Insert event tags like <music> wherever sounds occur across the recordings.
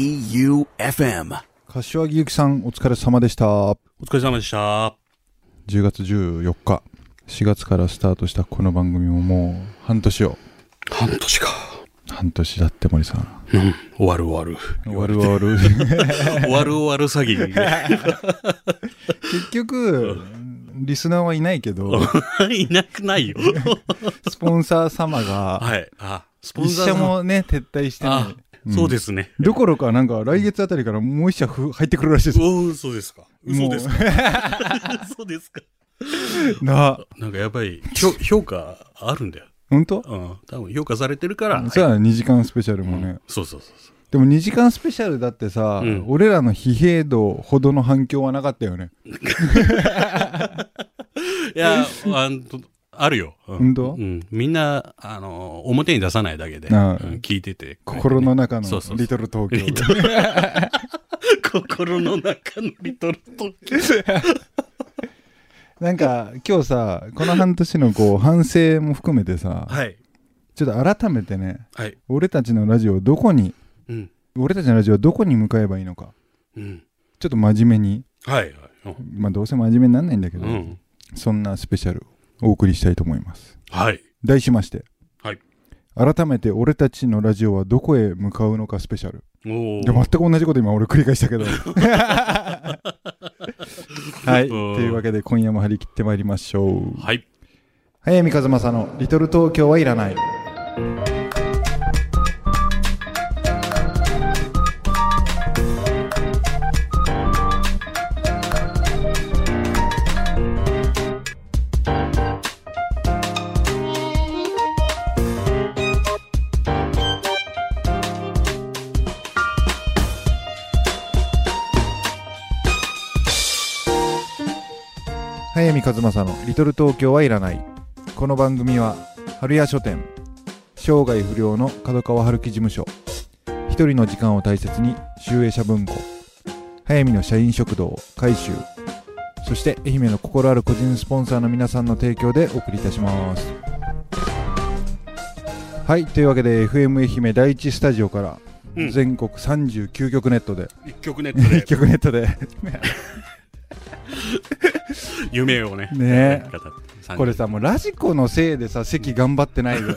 J-O-E-U-F-M 柏木由紀さん、お疲れ様でした。10お疲れ様でした。月14日、4月からスタートしたこの番組ももう半年を。半年か。半年だって森さん。うん。終わる終わ終わる <laughs> 終わる。る。 <laughs> 終わる終わる詐欺。結局、リスナーはいないけど、 <laughs> いなくない <laughs> よ。スポンサー様が、はい。あ、スポン一サー社さん。もね、撤退してなあい。、そうですね。どころかなんか来月あたりからもう一社ふ入ってくるらしいです。おお、そうですか。嘘ですか。 <laughs> 嘘ですか。な、なんかやっぱり、評評価あるんだよ。本当うん。多分評価されてるから。そうはいだね、2時間スペシャルもね。そうそうそうそでも2時間スペシャルだってさ、うん俺らの疲弊度ほどの反響はなかったよね。う。いや、あんとあるよ。うん本当うん。みんな、あの、表に出さないだけで、うんああ聞いてて。心の中のそうそうそうリトル東京リト心の中のリトルトなんか今日さこの半年のこう反省も含めてさはい。ちょっと改めてねはい。俺たちのラジオをどこにうん。俺たちのラジオをどこに向かえばいいのかうん。ちょっと真面目にはいはい。うんまあどうせ真面目になんないんだけど、うん。そんなスペシャルをお送りしたいと思いますはい。題しましてはい改めて俺たちのラジオはどこへ向かうのかスペシャルおお。いや全く同じこと今俺繰り返した <laughs> けどはいうんというわけで今夜も張り切ってまいりましょうはい。早見和正の「リトル東京はいらない」早見和正の「リトル東京はいらない」この番組は春屋書店生涯不良の角川春樹事務所一人の時間を大切に集英社文庫早見の社員食堂改修そして愛媛の心ある個人スポンサーの皆さんの提供でお送りいたしますはいというわけで FM 愛媛第一スタジオからうん全国39局ネットで、一曲ネット1で局ネットで夢をね。ね語ってこれさもうラジコのせいでさ席頑張って <laughs> ないよ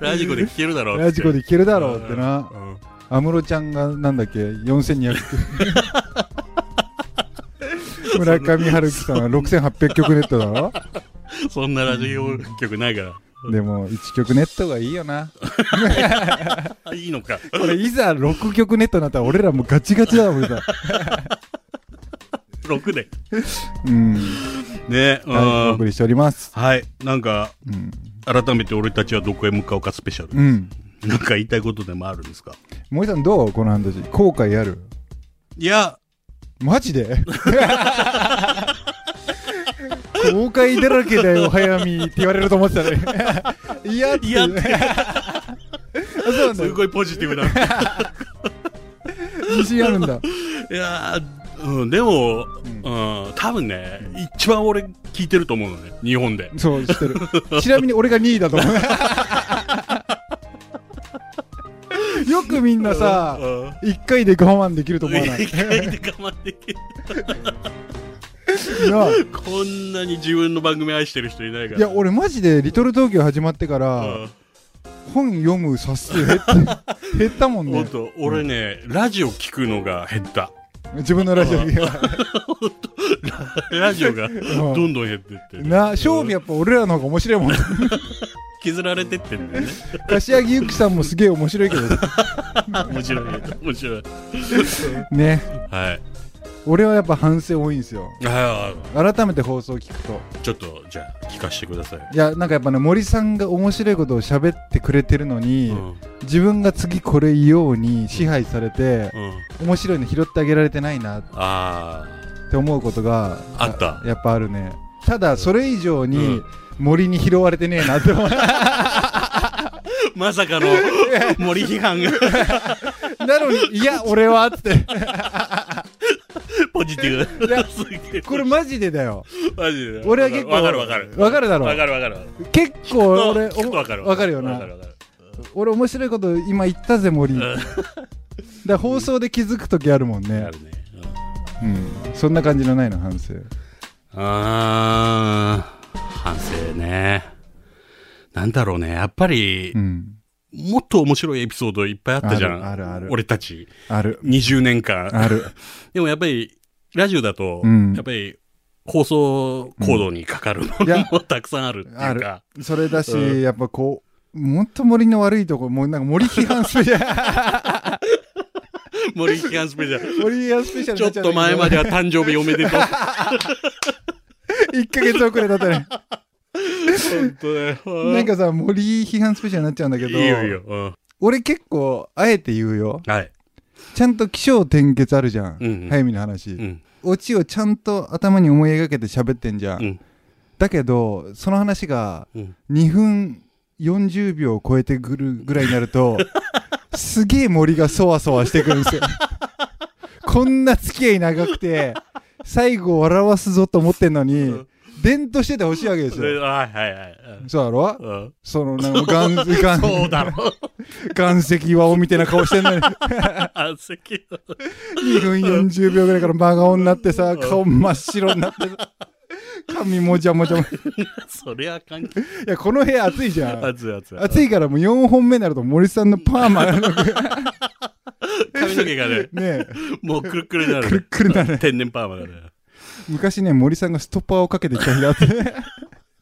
ラジコで聴けるだろうって。ラジコで聞けるだろうってなうん。安室ちゃんがなんだっけ4200 <laughs> 村上春樹さんは6800曲ネットだ <laughs> ろそんなラジオ曲ないかでも1曲ネットがいいよなら。あ、いいのか。 <laughs> これいざ6曲ネットになったら俺らもうガチガチだもん <laughs> さ6で。うんね。うはいお送ん。りしておりますはい。なんか、うん、改めて俺たちはどこへ向かうかスペシャうル。ん、なんか言いたいことでもあるんですか森さんどうこの半年後悔あるいや、マジ <laughs> で公開だらけだよ早見って言われると思ってたねいやっていや <laughs> ってあそうなんだすごいポジティブな。い自信あるんだやー、うん、でも、うん、多分ね、一番俺聞いてると思うのね。日本で。そう知ってるちなみに俺が2位だと思う <laughs> よくみんなさうん1回で我慢できると思わない一回で我慢できるなあこんなに自分の番組愛してる人いないからいや俺マジで「リトル東京」始まってかうらん本読む冊数減って減ったもんほんねと俺ね、ラジオ聞くのが減った <laughs> 自分のラジオでラジオがどんどん減ってってるな勝負やっぱ俺らの方が面白 <laughs> いもん削られてってんだよ <laughs> ね柏木由紀さんもすげえ面白いけど面白い面白いねはい俺はやっぱ反省多いんですよあ改めて放送聞くとーちょっとじゃあ聞かせてください、いやなんかやっぱね森さんが面白いことを喋ってくれてるのに、うん自分が次これ言おうに支配されてう、ん、面白いの拾ってあげられてないなっあて思うことがあったやっぱあるねただそれ以上うにん森に拾われてねえなって <laughs> 思うーまさ <laughs> かの森批判がなのにいや俺はってポジティブいやすげえこれマジでだよマジで俺は結構わかるわかるわかるだろわかるわかる結構俺きっとおわかるわかるよなわかるわかる俺面白いこと今言ったぜ森だんから放送で気づく時あるもんねあ、るね。うんうん、そんな感じのないの反省あー、反省ね。なんだろうね。やっぱりう、んもっと面白いエピソードいっぱいあったじゃん。あるあるある俺たち。ある20年間。ある <laughs> でもやっぱり、ラジオだと、うんやっぱり、放送行動にかかるもいやのもたくさんあるっていうあるか、それだし、うんやっぱこうもっと森の悪いとこもうなんか森批判スペシ <laughs> ャ森期間スペシャルル。森批判スペシャルちょっと前までは誕生日おめでとう。 1ヶ月遅れだったね本当だよ。なんかさ森批判スペシャルになっちゃうんだけいいどよいいよ。うん俺結構あえて言うよはい。ちゃんと起承転結あるじゃん、うんうん早見の話、うん。オチをちゃんと頭に思い描けて喋ってんじゃん、うんだけどその話がうん2分40秒を超えてくるぐらいにな <laughs> るとすげえ森がそわそわしてくるんですよこんな付き合い長くて最後笑わすぞと思ってんのに伝統しててほしいわけですそれよはいはいはい。そうだろうんうんそのな <laughs> んか岩岩そうだろう。岩石岩尾みたいな顔してんのにあ、好きだ。 2分40秒ぐらいから真顔になってさ、顔真っ白になってさ、髪もじゃもじゃも。いそりゃ関係や、この部屋暑いじゃん。熱い熱い。暑い。いからもう4本目になると森さんのパーマの髪の毛がね、ね、 <laughs> もうくるくるになる。くるくるなる。天然パーマだね。昔ね、森さんがストッパーをかけてきた日があって、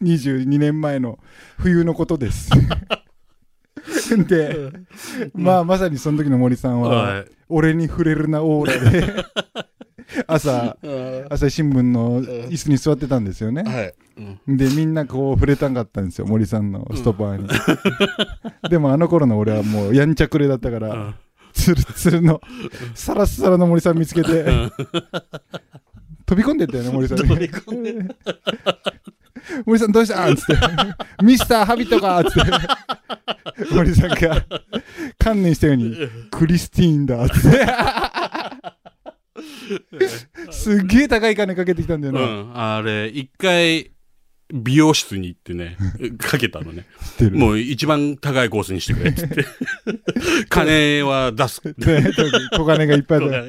22年前の冬のことです。 <laughs> で、まあまさにその時の森さんは、はい。俺に触れるなオーラ <laughs> で、朝、朝日新聞の椅子に座ってたんですよね。はい。でみんなこう触れたかったんですよ森さんのストッパーに、 <laughs> でもあの頃の俺はもうやんちゃくれだったから、うんツルツルのサラッサラの森さん見つけて、飛び込んでったよね森さん飛び込んで森さんどうしたんつって「ミスターハビットか」つって森さんが観念したように「クリスティーンだ」つってすっげえ高い金かけてきたんだような、ん。あれ、一回、美容室に行ってね、かけたのね。知ってるもう一番高いコースにしてくれっつって。 <laughs> 金は出す。で小金がいっぱいあった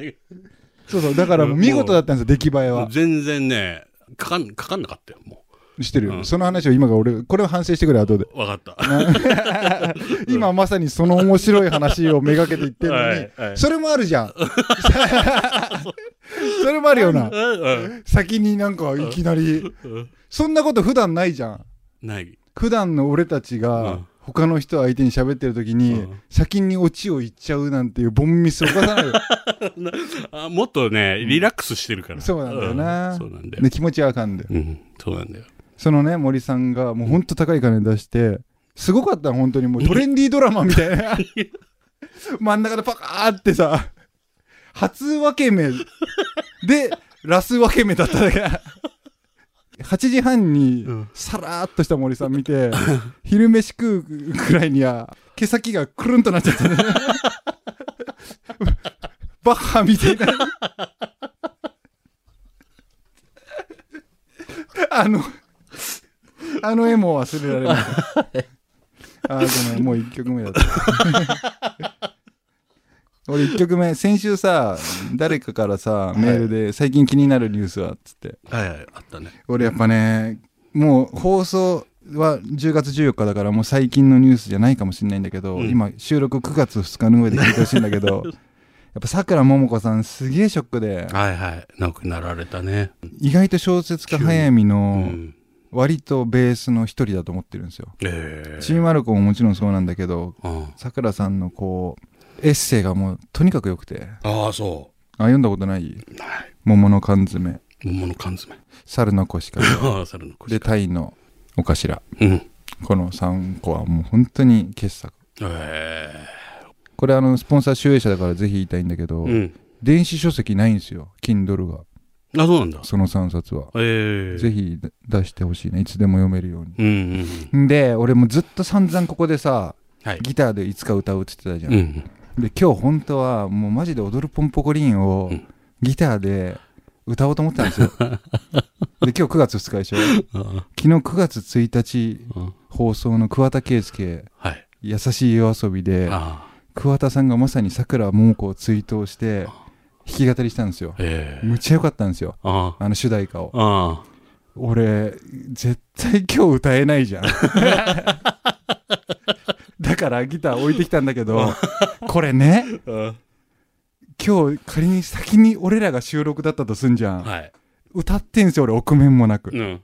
そうそう、だからもう見事だったんですよ、出来栄えは。全然ね、かかん、かかんなかったよ、もしてる、うんその話を今が俺、これを反省してくれ、後で。う。わかった。今まさにその面白い話をめがけて言ってるのに、はいはいそれもある <laughs> じゃん。それもあるよな。うん <laughs> うん先になんかいきなり、うんそんなこと普段ないじゃん。ない。普段の俺たちうがん、他の人相手に喋ってる時に、うん先にオチを言っちゃうなんていうボンミスを犯さな <laughs> いよあもっとね、リラックスしてるから。そうなんだよな、うんそうなんだよで。気持ちはあかんだようん、そうなんだよ。そのね、森さんが、もうほんと高い金出して、すごかった、本当にもうトレンディードラマみたいな。 <laughs> 真ん中でパカーってさ、初分け目で、ラス分け目だっただけ。8時半にうんさらーっとした森さん <laughs> 見て、昼飯食うくらいには毛先がくるんとなっちゃったねバッハみたい <laughs> なあのあの絵も忘れられない <laughs> あーごめんもう1曲目だった <laughs> 俺1曲目先週さ誰かからさメールで「最近気になるニュースは?」っつってはいはい、あったね。俺やっぱねもう放送は10月14日だからもう最近のニュースじゃないかもしれないんだけど、うん今収録9月2日の上で聞いてほしいんだ <laughs> けどやっぱさくらももこさんすげえショックではいはい、亡くなられたね。意外と小説家早見うのん。割とベースの一人だと思ってるんですよ。ええちびまる子ももちろんそうなんだけどうんさくらさんのこうエッセイがもうとにかく良くてああ、そあ読んだことないうん。はい。桃の缶詰桃の缶詰。 <laughs> 猿の腰かああ、猿の腰で。タイのお頭うん。えこの3個はもう本当に傑作えこれあのスポンサー集英社だからぜひ言いたいんだけど、うん。電子書籍ないんですよ Kindle があ、そうなんだ。その3冊は、ええぜひ出してほしいねいつでも読めるようにうんうんうん。で俺もずっと散々ここでさはい。ギターでいつか歌うって言ってたじゃん、うん。で今日本当はもうマジで「踊るポンポコリン」をうんギターで歌おうと思ってたん <laughs> ですよで今日9月2日でしょ昨あ日9月1日あうん放送の桑田佳祐はい。優しい夜遊びで、ああ桑田さんがまさにさくらももこを追悼して、弾き語りしたんですよ。ええむっちゃ良かったんですよ。ああの主題歌を。ああ俺、絶対今日歌えないじ <laughs> ゃん。だからギター置いてきたんだけど、これね、あ今日仮に先に俺らが収録だったとすんじゃん。はい歌ってんすよ、俺、臆面もなく。うん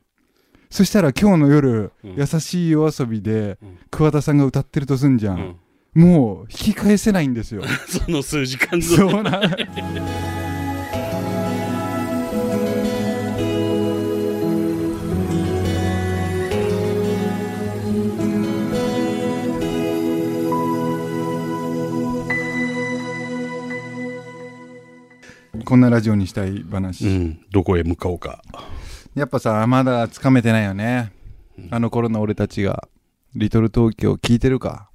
そしたら今日の夜、うん優しい夜遊びでうん、桑田さんが歌ってるとすんじゃ。うんんもう、引き返せないんですよ。 <laughs> その数時間後そうなんこんなラジオにしたい話。うんどこへ向かおうかやっぱさ、まだつかめてないよね。あの頃の俺たちが、リトル東京聞いてるか。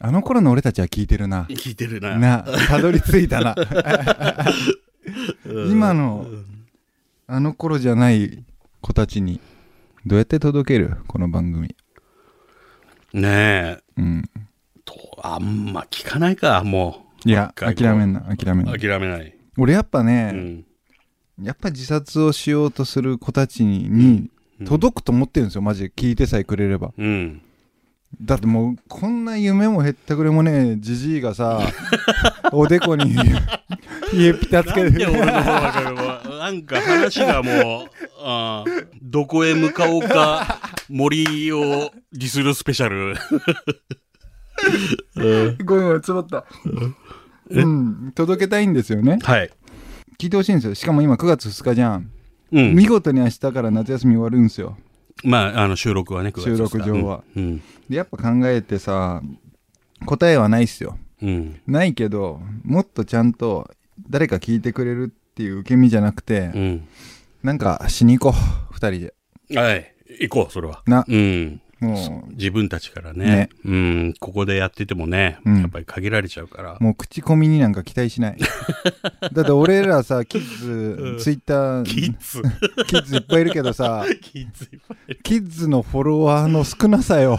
あの頃の俺たちは聞いてるな。聞いてるな <laughs> な、たどり着いたな。うん今のあの頃じゃない子たちに、どうやって届けるこの番組。ねえうん。とあんま聞かないかもいや、若諦い子めんな、諦めんうな。諦めない、俺やっぱうね、ん、やっぱ自殺をしようとする子たちに、うん届くと思ってるんですよ、マジで。聞いてさえくれれば。うんだってもうこんな夢もへったくれもねえじじい <laughs> がさおでこに家ピタつなんけでて俺の方ばかりもなんか話がもう、あーどこへ向かおうか、森をディスるスペシャル。ごめんごめん詰まったうん届けたいんですよねはい。聞いてほしいんですよしかも今9月2日じゃん、うん。見事に明日から夏休み終わるんですよまあ、あの、収録はね、9月収録ですから上は。うん。でやっぱ考えてさ答えはないっすようん。ないけどもっとちゃんと誰か聞いてくれるっていう受け身じゃなくて、うん。なんかしに行こう2人でうんはい。行こう、それは。なうん。も自分たちからねねうん。ここでやっててもね、うんやっぱり限られちゃうからう。もう口コミになんか期待 <laughs> しないだって俺らさキッズ、んツイッターキッズ。キッズいっぱいいるけどさ、キッズいっぱいいる。キッズのフォロワーの少な <laughs> さよ。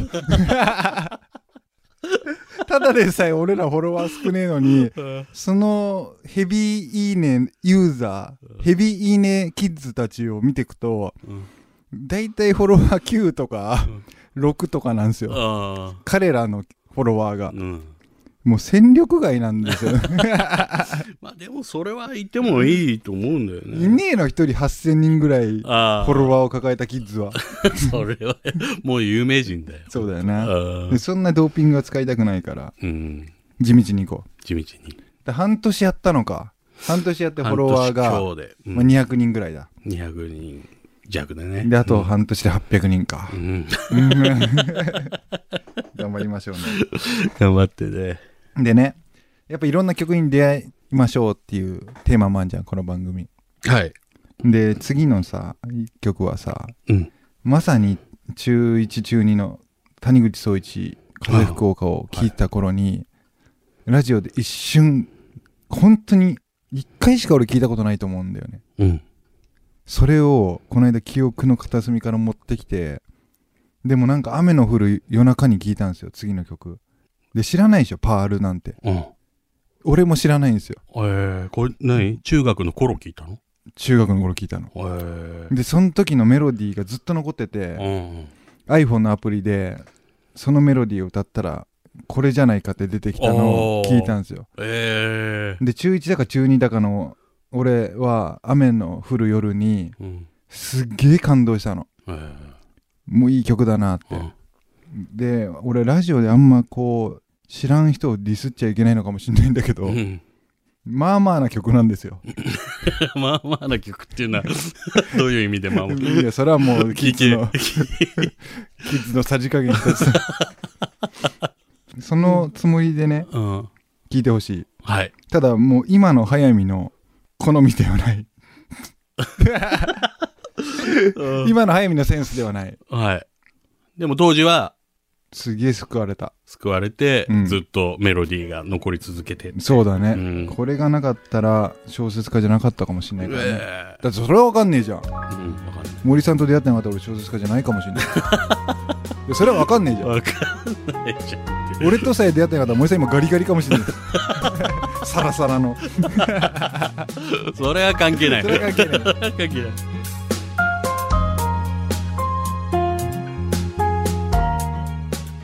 ただでさえ俺らフォロワー少ねえのに、そのヘビーいいねユーザー、ヘビーいいねキッズたちを見ていくと、うんだいたいフォロワー9とか、6とかなんですよ。あ彼らのフォロワーあ。がう。ん。もう戦力外なんですよ。まあ、でも、それは言ってもいいと思うんだよ <laughs> いね。ねえの一人8000人ぐらいフああ。ォロワーを抱えたキッズは。それは、もう有名人だよ。そうだよあな。ーでそんなドーピングは使いたくないから、うん。地道に行こう。地道に。で半年やったのか半年やってフォロワーが、半年強で、うんまあ、200人ぐらいだ200人弱だね。であと半年で800人かう、ん。頑張りましょうね頑張ってね。でねやっぱいろんな曲に出会いましょうっていうテーマもあんじゃんこの番組はい。で次のさ曲はさうん。まさに中1中2の谷口聡一風福岡を聴いた頃に、ラジオで一瞬本当に1回しか俺聞いたことないと思うんだよねうん。それをこの間記憶の片隅から持ってきてでもなんか雨の降る夜中に聞いたんですよ次の曲で知らないでしょパールなんてうん。え俺も知らないんですよー、これ何中学の頃聞いたの中学の頃聞いたのえー。でその時のメロディーがずっと残っててうん。 iPhone のアプリでそのメロディーを歌ったらこれじゃないかって出てきたのを聞いたんですよえで中1だか中2だかの俺は雨の降る夜にー。うん。すっげえ感動したのえー。もういい曲だなってうんで俺ラジオであんまこう知らん人をディスっちゃいけないのかもしれないんだけど、うん、まあまあな曲なんですよ。まあまあな曲っていうのは <laughs> どういう意味でまあまあいやそれはもうキ聞ッズけのキッズのさじ加減一 <laughs> つそのつもりでねうん聞いてほしいはいただもう今の速水の好みではない今の速水のセンスではないはいでも当時はすげえ救われた救われて、うんずっとメロディーが残り続けて。そうだね、うんこれがなかったら小説家じゃなかったかもしれなういからね、えだってそれは分かんねえじゃんーうんわかんない <laughs> 森さんと出会ってなかったら俺小説家じゃないかもしれないいやそれは分かんねえじゃんわかんないじゃんって。俺とさえ出会ってなかったら森さん今ガリガリかもしれないサラサラの <laughs> それは関係ない。それ関係ないそれは関係ない。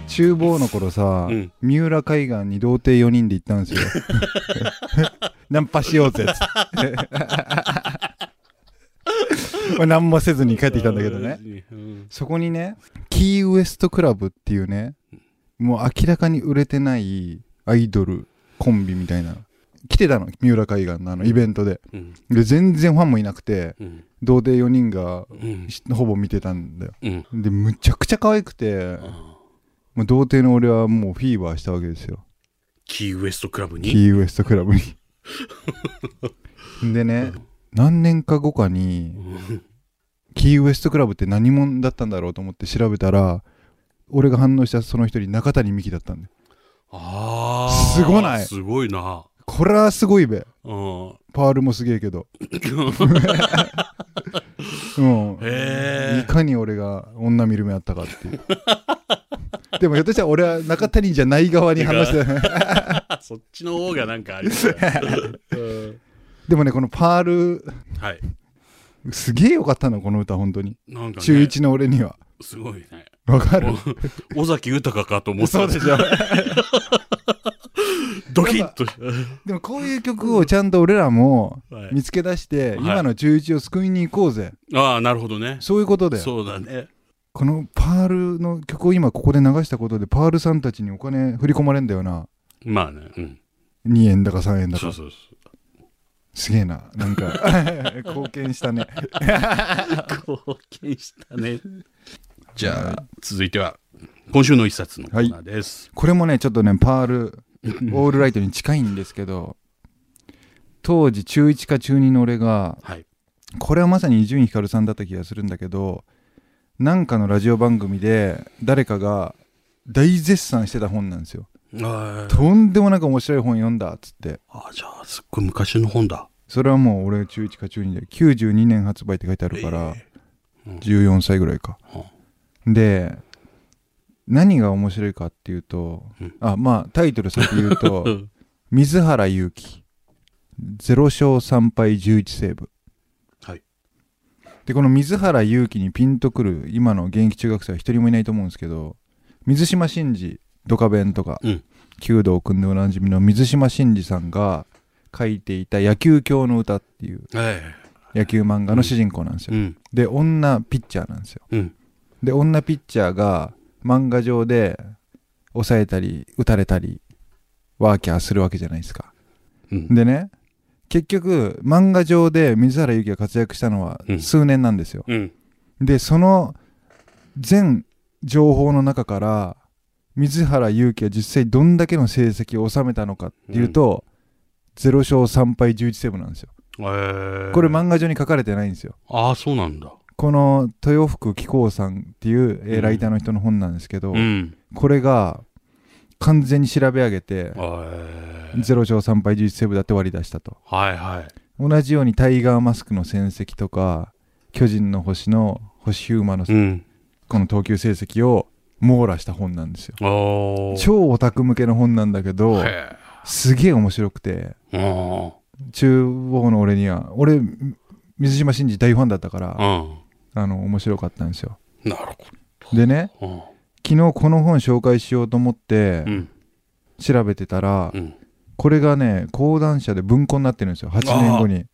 厨房の頃さ、うん三浦海岸に童貞4人で行ったん <laughs> ですよナンパしようぜっつって <laughs> まあ何もせずに帰ってきたんだけどねうん。そこにねキーウエストクラブっていうねもう明らかに売れてないアイドルコンビみたいな来てたの三浦海岸のあのイベントでうん。で全然ファンもいなくてうん。童貞4人がうん。しほぼ見てたんだようん。でむちゃくちゃ可愛くてあーもう童貞の俺はもうフィーバーしたわけですよキーウエストクラブキに。ーウエストクラブ <laughs> にでね何年か後かうにんキーウエストクラブって何者だったんだろうと思って調べたら俺が反応したその一人中谷美紀だったんだよああ。すごないすごいな。これはすごいべうん。パールもすげえけ <laughs> どうんへいかに俺が女見る目あったかっていうでもひょっとしたら俺は中谷じゃない側に話してたえ。そっちの方がなんかありそう <laughs> だうんでもねこのパールはい。すげえよかったのこの歌本当になんか中ね、 1の俺にはすごいね。わかるお <laughs> 尾崎豊かと思ってそたうでしょドキッとし <laughs> でもこういう曲をちゃんと俺らもた。はい見つけ出して、はい今の中1を救いに行こうぜああ、なるほどね。そういうことだよそうだね。このパールの曲を今ここで流したことでパールさんたちにお金振り込まれんだよなまあね。うん。 2円だか3円だそかうそうすげえななんか <laughs> 貢献したねそう。貢献したね。じゃあゃあ、続いては、今週の一冊のコーナーです。これもねちょっとねパールオールライトに近いんですけど当時中1か中2の俺がはい。これはまさに伊集院光さんだった気がするんだけどなんかのラジオ番組で誰かが大絶賛してた本なんですよあーとんでもなく面白い本読んだっつってあー、じゃあ、すっごい昔の本だ。それはもう俺中1か中2で92年発売って書いてあるからええうん14歳ぐらいかで何が面白いかっていうとうんあまあタイトル先言うと <laughs> うん水原勇気0勝3敗11セーブはいでこの水原勇気にピンとくる今の現役中学生は一人もいないと思うんですけど水島真司ドカベンとか、うん弓道くんでおなじみの水島真司さんが書いていた「野球教の歌」っていうえ野球漫画の主人公なんですえよ、うん。で女ピッチャーなんですようん。で女ピッチャーが漫画上で抑えたり打たれたりワーキャーするわけじゃないですかうん。でね結局漫画上で水原由紀が活躍したのはうん数年なんですよ、うん。でその全情報の中から水原由紀が実際どんだけの成績を収めたのかっていうと、0勝3敗11セーブなんですよええこれ漫画上に書かれてないんですよああ、そうなんだ。この豊福紀行さんっていう、えーうんライターの人の本なんですけど、うん。これが完全に調べ上げてええ0勝3敗11セーブだって割り出したとはいはい。同じようにタイガーマスクの戦績とか巨人の星の星ヒューマのうん。この投球成績を網羅した本なんですよおー。超オタク向けの本なんだけどへすげえ面白くてえ。うん。中央の俺には俺水島真司大ファンだったからうあの面白かったんですよん。なるほでねど。昨日この本紹介しようと思ってうん。調べてたらうん。これがね講談社で文庫になってるんですよ8年後に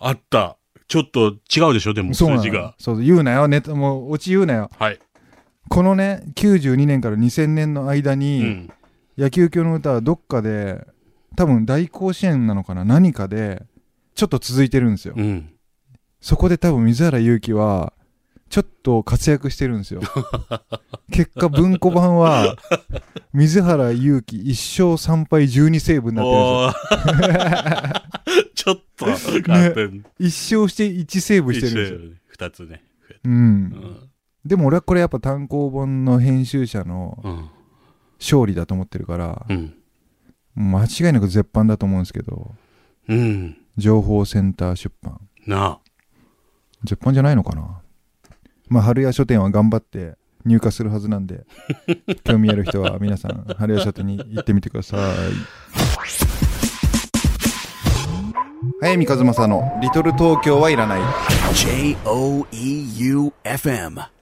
あった。ちょっと違うでしょでも数そうな字のが。そう言うなよネタもうオチ言うなよはい。このね92年から2000年の間うにん。野球教の歌はどっかで多分大甲子園なのかな何かでちょっと続いてるんですよ、うん。そこで多分水原勇気はちょっと活躍してるん <laughs> ですよ結果文庫版は水原勇気1勝3敗12セーブになってるんでおすよー <laughs> ちょっと、あってん1勝して1セーブしてるんですよ、一緒二つね。う、うんん。でも俺はこれやっぱ単行本の編集者のうん。勝利だと思ってるからうん。もう間違いなく絶版だと思うんですけどうん。情報センター出版なあ。絶版じゃないのかなまあ春屋書店は頑張って入荷するはずなんで <laughs> 興味ある人は皆さん春屋書店に行ってみてください早見和正の「リトル東京はいらない」 J O E U F M.